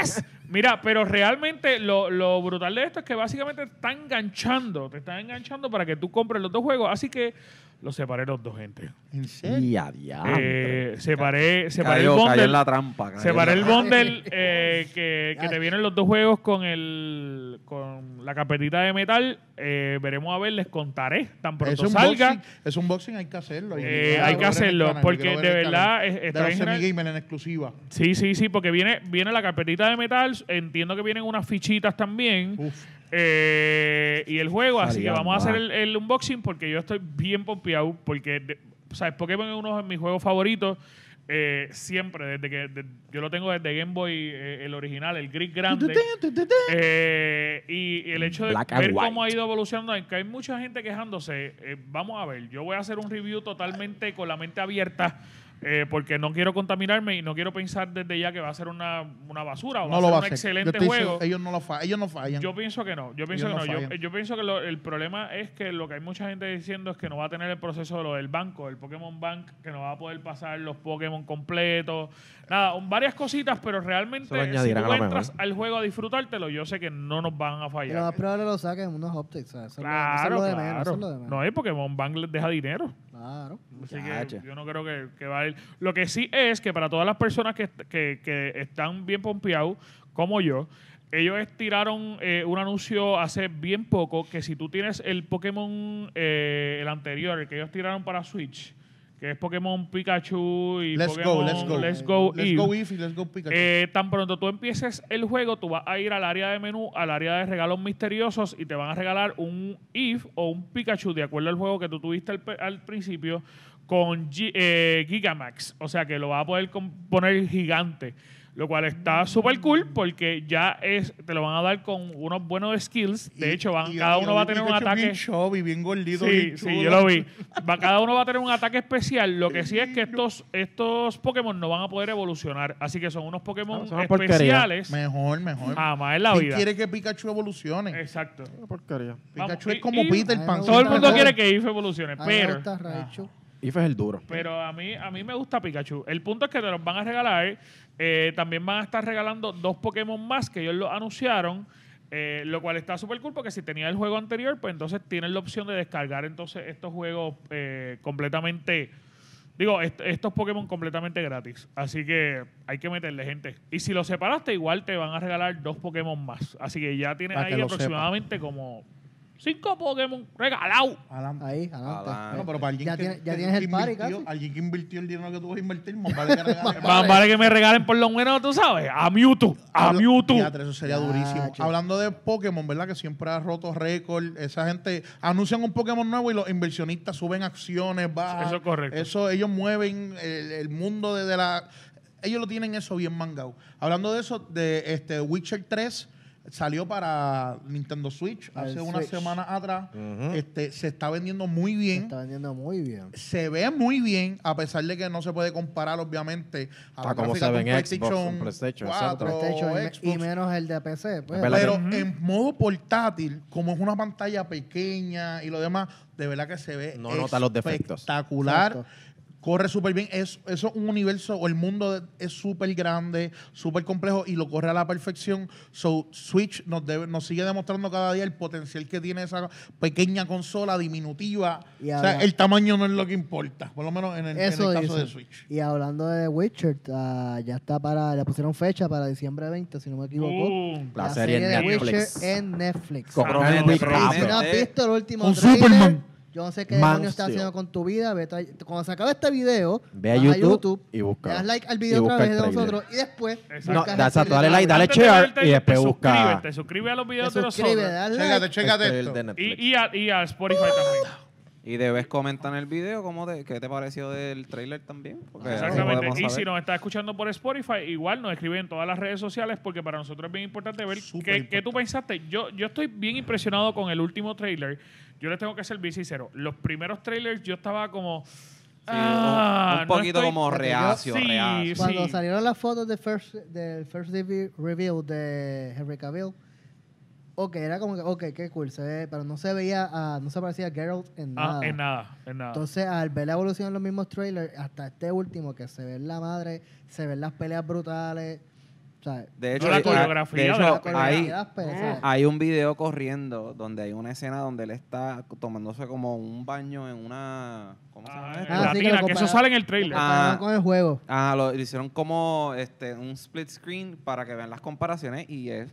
es! Mira, pero realmente lo, lo brutal de esto es que básicamente te están enganchando, te están enganchando para que tú compres los dos juegos. Así que los separé los dos, gente.
¿En serio?
Y a diantre.
Eh, separé, separé
Ah, Cayó,
el
cayó
bundle.
en la trampa. cayó
separé
en
el
la-
bundle eh, que, que te vienen los dos juegos con el con la carpetita de metal. Eh, veremos a ver, les contaré tan
Es
pronto
un,
salga.
boxing, es un boxing, hay que hacerlo.
Eh,
Yo quiero ver
hay que
en el
hacerlo,
canal, yo
porque
quiero ver
de
en el canal.
verdad, eh,
De
está
los
bien general-
semi-gamer en exclusiva.
Sí, sí, sí, porque viene, viene la carpetita de metal. Entiendo que vienen unas fichitas también.
Uf.
Eh, y el juego, así que
Salió,
vamos a
va.
hacer el, el unboxing porque yo estoy bien pompeado. Porque, de- ¿sabes? Pokémon es uno de mis juegos favoritos. eh, siempre, desde que de- yo lo tengo desde Game Boy, eh, el original, el gris grande. Eh, y, y el hecho de
Black and
ver cómo ha
white.
ido evolucionando, aunque hay mucha gente quejándose, eh, vamos a ver, yo voy a hacer un review totalmente con la mente abierta. eh, porque no quiero contaminarme y no quiero pensar desde ya que va a ser una, una basura o va
No
a
lo
ser
va a
un
hacer. Yo
excelente
estoy seguro-
juego.
Ellos no, lo fa- ellos no fallan.
Yo pienso que no. Yo pienso
Ellos
que
no
no. Yo,
fallan.
yo pienso que lo- el problema es que lo que hay mucha gente diciendo es que no va a tener el proceso de lo del banco, el Pokémon Bank, que no va a poder pasar los Pokémon completos. Nada, un- varias cositas, pero realmente
Eso lo
si
añadirán
tú
a lo
entras
mejor.
al juego a disfrutártelo, yo sé que no nos van a
Y lo más
fallar.
probable lo saquen unos optics. ¿sabes? Eso es lo- eso es
Claro,
lo de menos, eso
claro.
es lo de menos.
No, y Pokémon Bank les deja dinero.
Claro.
Así
Muchacho.
que yo no creo que, que va a ir. Lo que sí es que para todas las personas que, que- que están bien pompeados, como yo, ellos estiraron eh, un anuncio hace bien poco que si tú tienes el Pokémon, eh, el anterior, el que ellos tiraron para Switch, que es Pokémon Pikachu y
Let's go,
Pokémon
let's go.
Let's Go
Let's
Eevee,
go Eevee, let's go Pikachu.
eh, tan pronto tú empieces el juego, tú vas a ir al área de menú, al área de regalos misteriosos y te van a regalar un If o un Pikachu de acuerdo al juego que tú tuviste al, pe- al principio con Gi- eh, Gigamax. O sea que lo vas a poder com- poner gigante. Lo cual está súper cool porque ya es, te lo van a dar con unos buenos skills. De
Y-
hecho, van,
y-
cada
y
uno va a
vi
tener un
Pikachu
ataque.
Bien chubby, bien gordito.
Sí,
bien
sí,
chulo.
yo lo vi. Va- cada uno va a tener un ataque especial. Lo que sí es que estos, estos Pokémon no van a poder evolucionar. Así que son unos Pokémon
Ah, son una porquería.
especiales.
Mejor, mejor.
Jamás en la
¿Quién
vida.
quiere que Pikachu evolucione?
Exacto.
Una porquería.
Pikachu
Vamos,
es
y-
como
y-
Peter
Ay,
Pan.
me
Todo el mundo
Ajá.
quiere que Ife evolucione,
A mí me
pero,
gusta Ah, Raichu.
Ife es el duro.
pero a mí a mí me gusta Pikachu. El punto es que te los van a regalar. eh, también van a estar regalando dos Pokémon más que ellos lo anunciaron. eh, lo cual está súper cool porque si tenía el juego anterior, pues entonces tienes la opción de descargar entonces estos juegos eh, completamente. Digo, est- estos Pokémon completamente gratis. Así que hay que meterle, gente. Y si lo separaste, igual te van a regalar dos Pokémon más. Así que ya tienes
Para que
ahí
lo sepa.
aproximadamente como cinco Pokémon regalados.
Adelante.
Ahí, adelante.
Adelante.
Bueno, pero para alguien
Ya
que,
tiene- ya
que-
tienes
que
el party
invirtió-
casi.
Alguien que invirtió el dinero que tú vas a invertir, más vale que regale.
Más vale que me regalen por lo menos, tú sabes, a Mewtwo, a
Habla-
Mewtwo.
Diatre, eso sería durísimo.
Yache.
Hablando de Pokémon, ¿verdad? Que siempre ha roto récord. Esa gente anuncian un Pokémon nuevo y los inversionistas suben acciones, bajan.
Eso es correcto.
Eso, ellos mueven el, el mundo desde la. Ellos lo tienen eso bien mangado. Hablando de eso, de este Witcher 3 salió para Nintendo Switch
El
hace unas
Switch.
semanas atrás. Este se está vendiendo muy
Se
bien
está vendiendo muy bien.
se ve muy bien, a pesar de que no se puede comparar, obviamente, a
Ah, como
gráfica
se ve
de
en
un
Xbox, un PlayStation,
4,
exacto.
PlayStation y me-
Xbox.
este y menos el de PC. pues.
Es verdad
pero
Ujú.
en modo portátil, como es una pantalla pequeña y lo demás, de verdad que se ve
No nota los defectos.
espectacular.
Exacto.
Corre súper bien. Es, eso es un universo, o el mundo de- es súper grande, súper complejo y lo corre a la perfección. So, Switch nos, debe- nos sigue demostrando cada día el potencial que tiene esa pequeña consola diminutiva.
Y
o sea,
habla-
el tamaño no es lo que importa, por lo menos en el, en el
Eso
caso de
dicen.
Switch.
Y hablando de Witcher, ah, ya está para, le pusieron fecha para diciembre 20, si no me equivoco.
Uh,
La serie en
de
Netflix.
Witcher en Netflix.
Con
Cabrón, cabrón.
Henry
Si
Cavill.
no has visto el último
Con
tráiler,
Superman.
Yo no sé qué
eh, Man
demonios estás
Steel.
haciendo con tu vida. vete a- cuando se acabe este video,
Ve a
vas
YouTube y busca.
Le das like al
Y
video
busca
otra
el
vez de
trailer.
nosotros y después.
Exacto.
No,
buscas
da-
el
exacto, dale
trailer.
like, dale
Antes de
share
verte,
y después
Suscríbete,
busca.
te suscribes a los
Te
videos de
suscribes,
nosotros.
dale
Chécate,
like.
chécate
Este es el
esto.
de Netflix.
Y, y, a, y a Spotify también.
Y debes comentar en el video cómo te, qué te pareció del trailer también. Porque así podemos
Exactamente. Y
saber.
si nos está escuchando por Spotify, igual nos escriben en todas las redes sociales porque para nosotros es bien importante ver
Súper
qué, qué
importante.
tú pensaste. Yo, yo estoy bien impresionado con el último trailer. Yo les tengo que ser bien sincero. Los primeros trailers yo estaba como...
Sí, un-
ah,
un
no
poquito
estoy-
como reacio,
Sí,
reacio.
Cuando
sí.
salieron las fotos del first, del first review, review de Henry Cavill, ok, era como que, ok, qué cool, se ve, pero no se veía, a- no se parecía a Geralt en
Ah,
nada.
en nada, en nada.
Entonces, al ver la evolución en los mismos trailers, hasta este último, que se ve la madre, se ven las peleas brutales, o sea,
De hecho,
la
hay-
coreografía
de
de
hecho,
la
la
hay,
coreografía, pues, o sea,
hay un video corriendo donde hay una escena donde él está tomándose como un baño en una... ¿Cómo se
Ah,
llama?
en
esto?
Ah,
la
sí, que
tina,
lo
que eso
compara-
sale en el trailer.
compararon
Ah.
con el juego.
Ah, lo lo hicieron como este, un split screen para que vean las comparaciones y es,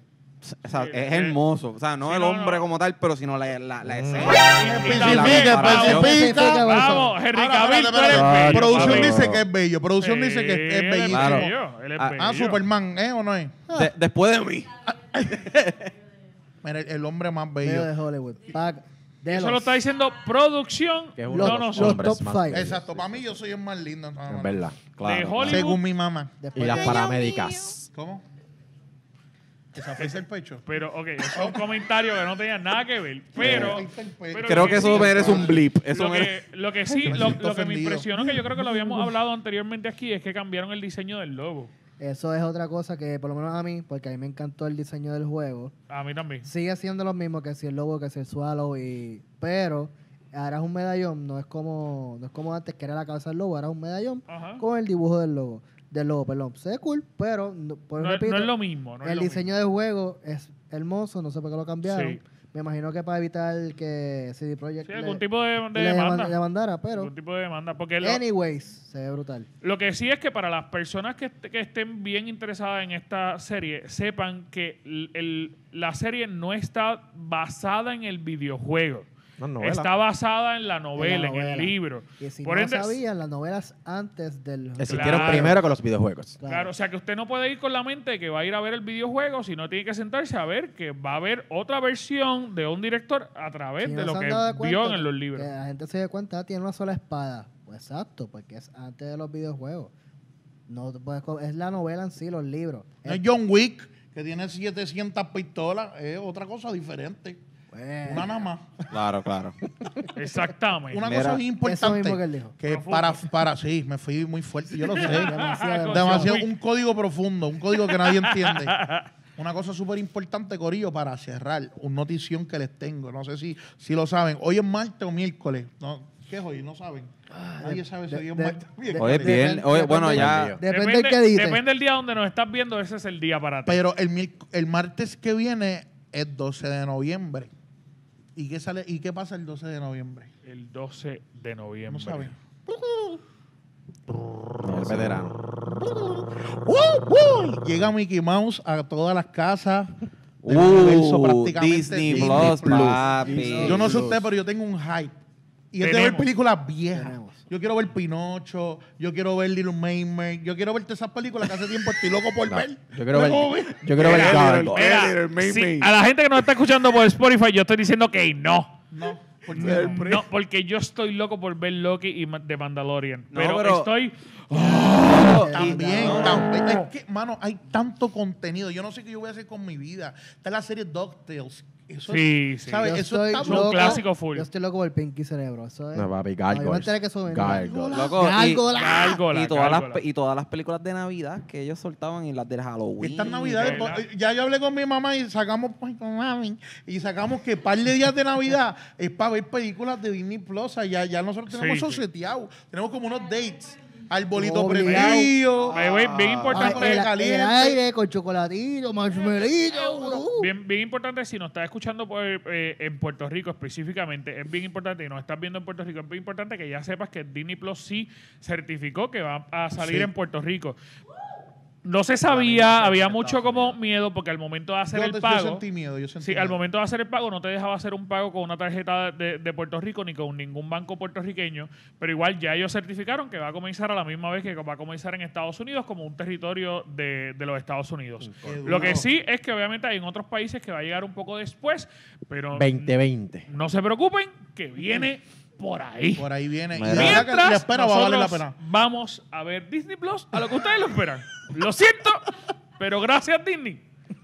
o sea,
Sí,
es
eh,
hermoso. O sea, no
sí,
el
no,
hombre
no.
como tal, pero sino la, la, la escena.
Y- y
la
también-
comparación.
especifica.
Vamos, Henry
Ahora,
Cavill,
espérate,
tú eres
espérate.
bello,
Producción
papi.
dice que es bello. Producción dice que es,
Sí,
es
él
bellísimo.
Claro.
bello, él es
Ah,
Ah,
bello.
Superman, ¿eh o no es?
De- después de mí.
Mira, el, el hombre más
Medio
bello.
de Hollywood. Pa- de
Eso
los-
lo está diciendo producción,
Que es uno
los,
de
no
los
nosotros.
hombres
top
más
five.
bellos.
Exacto, para mí yo soy el más lindo. no, no, no.
Es verdad. Claro, claro.
Hollywood. pues,
Según mi mamá.
Y
Después
las
de-
paramédicas.
¿Cómo? ¿Te sacaste el pecho?
Pero, ok, eso es un comentario que no tenía nada que ver. Pero, pero
Creo que eso
sí,
merece un blip. Eso
Lo
merece-
que, lo que sí,
Me
lo,
siento
lo que me
ofendido.
impresionó, que yo creo que lo habíamos hablado anteriormente aquí, es que cambiaron el diseño del logo.
Eso es otra cosa que, por lo menos a mí, porque a mí me encantó el diseño del juego.
A mí también.
Sigue siendo lo mismo que si el lobo, que si el swallow, y, pero ahora es un medallón, no es como no es como antes que era la cabeza del lobo, ahora es un medallón
Ajá.
con el dibujo del lobo. Del lobo, perdón. Se ve cool, pero no, pues,
No, es-
repito,
no es lo mismo. no es
el
lo
diseño del juego es hermoso, no sé por qué lo cambiaron.
Sí.
Me imagino que para evitar que CD
mismo.
Projekt
Sí,
le-
algún tipo de, de
le
demanda.
deman- demandara, pero
algún tipo de demanda. Porque lo,
anyways, se ve brutal.
Lo que sí es que para las personas que, est- que estén bien interesadas en esta serie, sepan que l- el- la serie no está basada en el videojuego.
Una novela.
Está basada en la novela, en,
novela.
el libro.
Y si
Por
no
ende,
sabían, las novelas antes del
Existieron
Claro.
primero que los videojuegos.
Claro.
Claro, o sea que usted no puede ir con la mente de que va a ir a ver el videojuego, sino tiene que sentarse a ver que va a haber otra versión de un director a través
Si
de
no
lo
se han
que
dado cuenta
vio en los libros.
que la gente se dio cuenta, tiene una sola espada. Pues Exacto, porque es antes de los videojuegos. No te puedes co- es la novela en sí, los libros.
No
Es-
es John Wick, que tiene 700 pistolas, es otra cosa diferente.
Bueno,
Una nada más.
Claro, claro.
Exactamente.
Una
Mira,
cosa bien importante.
eso mismo que él dijo.
que
Profundo.
para, para sí, me fui muy fuerte, yo lo sé.
demasiado.
Demasiado,
John Wick.
un código profundo, un código que nadie entiende. Una cosa súper importante, Corillo, para cerrar, una notición que les tengo. No sé si, si lo saben. Hoy es martes o miércoles. No, ¿Qué es hoy? No saben. Nadie sabe si
Ah, de-
hoy es
de-
martes o
de-
miércoles.
Hoy es bien.
Depende-
Hoy, bueno,
depende-
ya.
Depende, del que edite.
depende del día donde nos estás viendo, ese es el día para ti.
Pero el, miérc- el martes que viene es 12 de noviembre. ¿Y qué, sale, ¿Y qué pasa el 12 de noviembre?
El 12 de noviembre.
No saben.
El veterano.
¡Uh, uh! Llega Mickey Mouse a todas las casas. del universo
Uh,
prácticamente
Disney
Disney
Plus,
Plus.
papi.
Yo no sé usted, pero yo tengo un hype. Y es de ver
Tenemos.
películas viejas.
Tenemos.
Yo quiero ver Pinocho, yo quiero ver Little Mermaid, yo quiero ver todas esas películas que hace tiempo estoy loco por ver.
Yo quiero ver,
Luego
yo
ve-
quiero ver Gargoyle.
Mira, sí, a la gente que nos está escuchando por Spotify, yo estoy diciendo que no.
No, porque no.
No, porque yo estoy loco por ver Loki y Ma- The Mandalorian.
No,
pero,
pero-
estoy.
También, también. Es que, mano, hay tanto contenido. Yo no sé qué yo voy a hacer con mi vida. Está la serie DuckTales. Eso
Sí,
es,
sí.
¿sabes?
Yo
Eso
estoy
está
Son
loco-
brutal.
clásico full.
Yo estoy loco por el Pinky Cerebro. Eso es.
No, papi,
Ay, yo me
Gargoyles.
enteré que eso venía.
Gargoyles.
Loco, y,
Gárgola,
y todas las,
gárgola.
pe- y todas las películas de Navidad que ellos soltaban y las del Halloween.
Estas navidades,
¿verdad?
pues, ya yo hablé con mi mamá y sacamos pues, con mami, y sacamos que par de días de Navidad es para ver películas de Disney Plus. O sea, Ya, ya nosotros tenemos
Sí,
eso
sí.
seteado. Tenemos como unos dates. Arbolito
Obligado.
prendido.
By the way, bien
Ah,
importante.
Ay,
el,
caliente.
el aire con chocolatito, marshmallito. uh.
Bien, bien importante, si nos estás escuchando por, eh, en Puerto Rico específicamente, es bien importante, y nos estás viendo en Puerto Rico, es bien importante que ya sepas que Disney Plus sí certificó que va a salir
Sí.
en Puerto Rico. No se sabía, había mucho como miedo, porque al momento de hacer
Yo,
el
te- yo
pago...
sentí miedo, yo sentí
Sí, al
miedo.
momento de hacer el pago no te dejaba hacer un pago con una tarjeta de, de Puerto Rico ni con ningún banco puertorriqueño, pero igual ya ellos certificaron que va a comenzar a la misma vez que va a comenzar en Estados Unidos como un territorio de, de los Estados Unidos.
Qué duro.
Lo que sí es que obviamente hay en otros países que va a llegar un poco después, pero
2020.
no se preocupen que viene por ahí.
Por ahí viene. Y
Mira.
de verdad que la
Mientras
espera va a valer la
nosotros
pena.
vamos a ver Disney Plus a lo que ustedes lo esperan. Lo siento, pero gracias Disney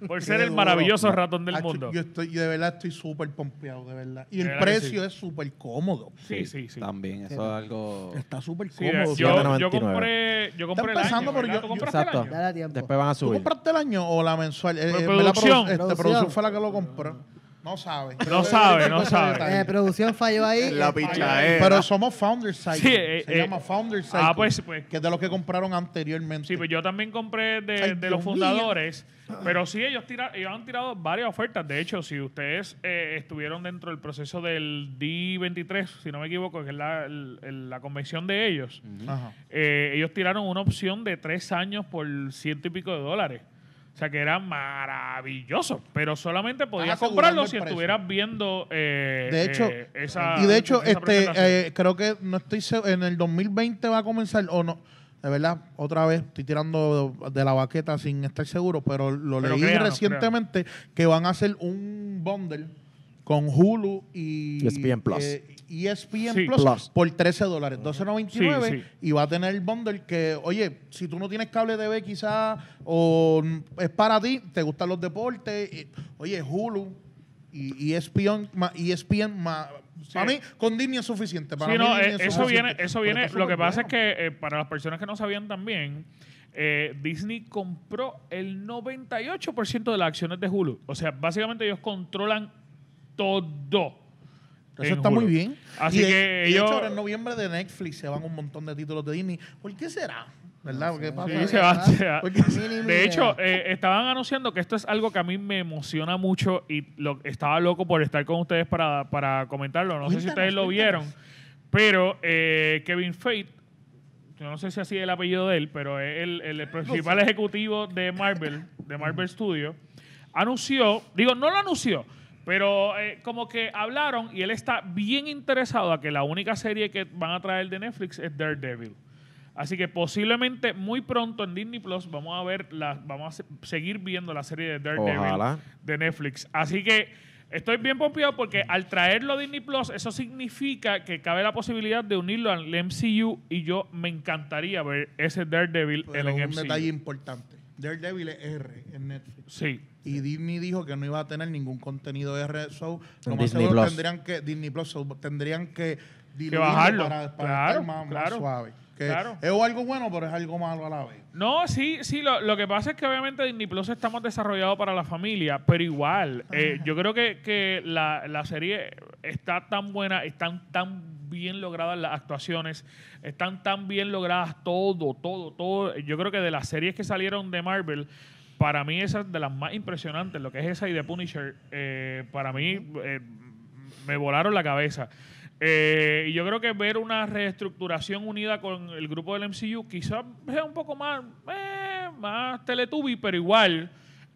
por ser
Qué
el
duro.
maravilloso ratón del
Hacho,
mundo.
Yo, estoy, yo de verdad estoy súper pompeado, de verdad. Y
De
el
verdad que
precio es súper cómodo.
Sí, sí, sí.
También, eso es algo.
Está súper
Sí,
cómodo.
yo, yo
7.99.
compré, yo compré el
empezando,
año,
pero
¿verdad?
yo-
¿Tú
yo-
compraste el
Exacto.
año?
Dale tiempo.
Después van a
¿Tú
subir.
compraste el año o la mensual? Eh,
Pues
eh,
producción.
La produ- este,
Producción.
producción fue la que lo compró. No sabe.
No sabe, no
Ese
sabe.
detalle.
Eh, producción falló ahí. Eh,
La
eh,
pichadera.
Pero somos Founder Cycle.
Sí, eh,
Se
eh.
llama Founder Cycle.
Ah, pues, pues.
Que es de los que compraron anteriormente.
Sí, pues yo también compré de,
Ay,
de los
Dios
fundadores, pero sí, ellos, tira- ellos han tirado varias ofertas. De hecho, si ustedes eh, estuvieron dentro del proceso del D23, si no me equivoco, que es la, el- el- la convención de ellos,
Ajá.
eh, ellos tiraron una opción de tres años por ciento y pico de dólares. O sea, que era maravilloso, pero solamente podías
asegurando
comprarlo
el
si
precio.
estuvieras viendo eh,
De hecho,
eh, esa
y de hecho,
esa
este,
presentación.
eh, creo que no estoy se- en el 2020 va a comenzar o no. De verdad, otra vez estoy tirando de la baqueta sin estar seguro, pero lo
Pero
leí
créanos,
recientemente que van a hacer un bundle con Hulu y
ESPN Plus.
eh, ESPN
Sí.
Plus,
Plus.
por 13 dólares, 12.99
Sí, sí.
y va a tener el bundle que, oye, si tú no tienes cable TV quizás o mm, es para ti, te gustan los deportes, y- oye, Hulu y E ESPN, ma- ESPN ma- para mí con Disney es suficiente. Para
Sí,
mí
no,
Disney
eh,
es
eso
suficiente.
viene, eso
Pero
viene.
está
Lo que
súper
pasa es
bueno.
que eh, para las personas que no sabían también, eh, Disney compró el 98% de las acciones de Hulu. O sea, básicamente ellos controlan todo.
Eso
en
está muy
Hulu.
bien.
Así
Y de-
que
y de hecho,
ellos
ahora en noviembre de Netflix se van un montón de títulos de Disney. ¿Por qué será? ¿Verdad? ¿Qué pasa?
Sí, se va, se va.
Porque-
De hecho, eh, estaban anunciando que esto es algo que a mí me emociona mucho y lo, estaba loco por estar con ustedes para, para comentarlo. No sé si
Cuéntanos,
ustedes lo vieron,
cuéntanos.
pero eh, Kevin Feige, yo no sé si así es el apellido de él, pero es el, el principal ejecutivo de Marvel, de Marvel Studios, anunció, digo, no lo anunció, pero eh, como que hablaron y él está bien interesado a que la única serie que van a traer de Netflix es Daredevil. Así que posiblemente muy pronto en Disney Plus vamos a ver la, vamos a se- seguir viendo la serie de Daredevil
Ojalá.
de Netflix. Así que Estoy bien pompeado porque al traerlo a Disney Plus, eso significa que cabe la posibilidad de unirlo al MCU y yo me encantaría ver ese Daredevil
Pero
en el
un
MCU.
detalle importante. Daredevil es R en Netflix.
Sí.
Y Disney dijo que no iba a tener ningún contenido R. So, lo
En
más
Disney
seguro
Plus.
tendrían que, Disney Plus, so, tendrían que diluirlo
bajarlo.
para, para
Claro,
estar más, más
claro.
suave. Que
Claro.
Es algo bueno, pero es algo malo a la vez.
No, sí, sí, lo, lo que pasa es que obviamente Disney Plus está más desarrollado para la familia, pero igual, eh, yo creo que, que la, la serie está tan buena, están tan bien logradas las actuaciones, están tan bien logradas todo, todo, todo. Yo creo que de las series que salieron de Marvel, para mí esa es de las más impresionantes, lo que es esa y The Punisher, eh, para mí eh, me volaron la cabeza. Eh, y yo creo que ver una reestructuración unida con el grupo del MCU quizás sea un poco más, eh, más Teletubby, pero igual.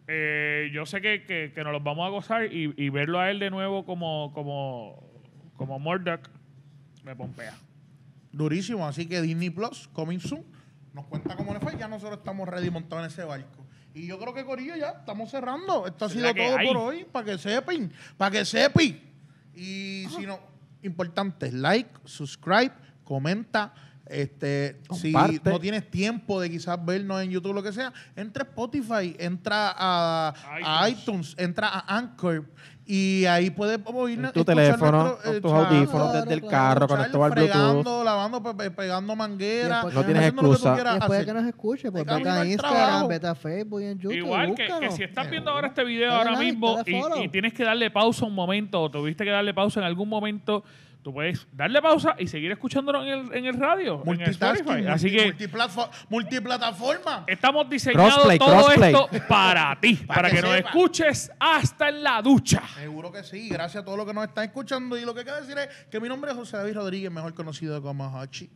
eh, yo sé que, que- que nos los vamos a gozar y, y verlo a él de nuevo como, como, como Murdoch me pompea.
Durísimo. Así que Disney Plus, coming soon, nos cuenta cómo le fue. Ya nosotros estamos ready montados en ese barco. Y yo creo que Corillo ya estamos cerrando. Esto ha
Es
sido
la que
todo
hay.
por hoy. Para que sepan, para que sepan. Y si no, importante, like, subscribe, comenta. Este, si
Comparte.
no tienes tiempo de quizás vernos en YouTube, lo que sea, entra a Spotify, entra a, a iTunes, entra a Anchor y ahí puedes oírnos.
tu
escuchar
teléfono,
nuestro-
con tus
eh, chat.
audífonos
claro,
desde el
claro.
carro,
Escuchar,
conectado al Bluetooth.
Fregando, lavando, pe- pe- pegando manguera.
No tienes
haciendo lo que tú
excusa.
quieras
Después de
hacer.
que nos escuche, pues
De camino
vete a
al
Instagram,
trabajo.
vete a Facebook y en YouTube.
Igual que, que
búscanos.
si estás viendo ahora este video
Dale
ahora
like,
mismo
dale
y- y,
follow.
tienes que darle pausa un momento o tuviste que darle pausa en algún momento, tú puedes darle pausa y seguir escuchándolo en el, en el radio, en el
Multitasking,
Spotify.
multi-
Así que
multiplataforma- multiplataforma.
estamos diseñando
Crossplay,
todo
crossplay.
esto para ti, para,
que
que, nos
sepa.
escuches hasta en la ducha.
Seguro que sí, gracias a todos los que nos están escuchando. Y lo que quiero decir es que mi nombre es José David Rodríguez, mejor conocido como Hachi.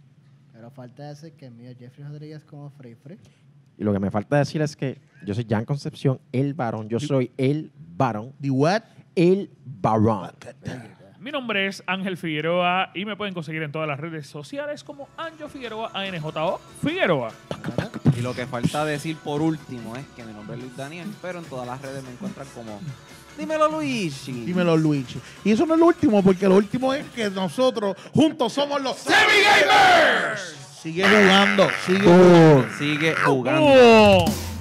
Pero falta decir que el mío es Jeffrey Rodríguez como Free Free.
Y lo que me falta decir es que yo soy Jan Concepción, el varón. Yo soy el varón.
The What?
El varón.
Mi nombre es Ángel Figueroa y me pueden conseguir en todas las redes sociales como Anjo Figueroa, ANJO Figueroa.
¿verdad?
Y lo que falta decir por último es que mi nombre es Luis Daniel, pero en todas las redes me encuentran como Dímelo Luigi.
Dímelo, Luigi. Y eso no es lo último, porque lo último es que nosotros juntos somos los Semi Gamers. Sigue jugando, sigue
Sigue jugando.
¡Oh!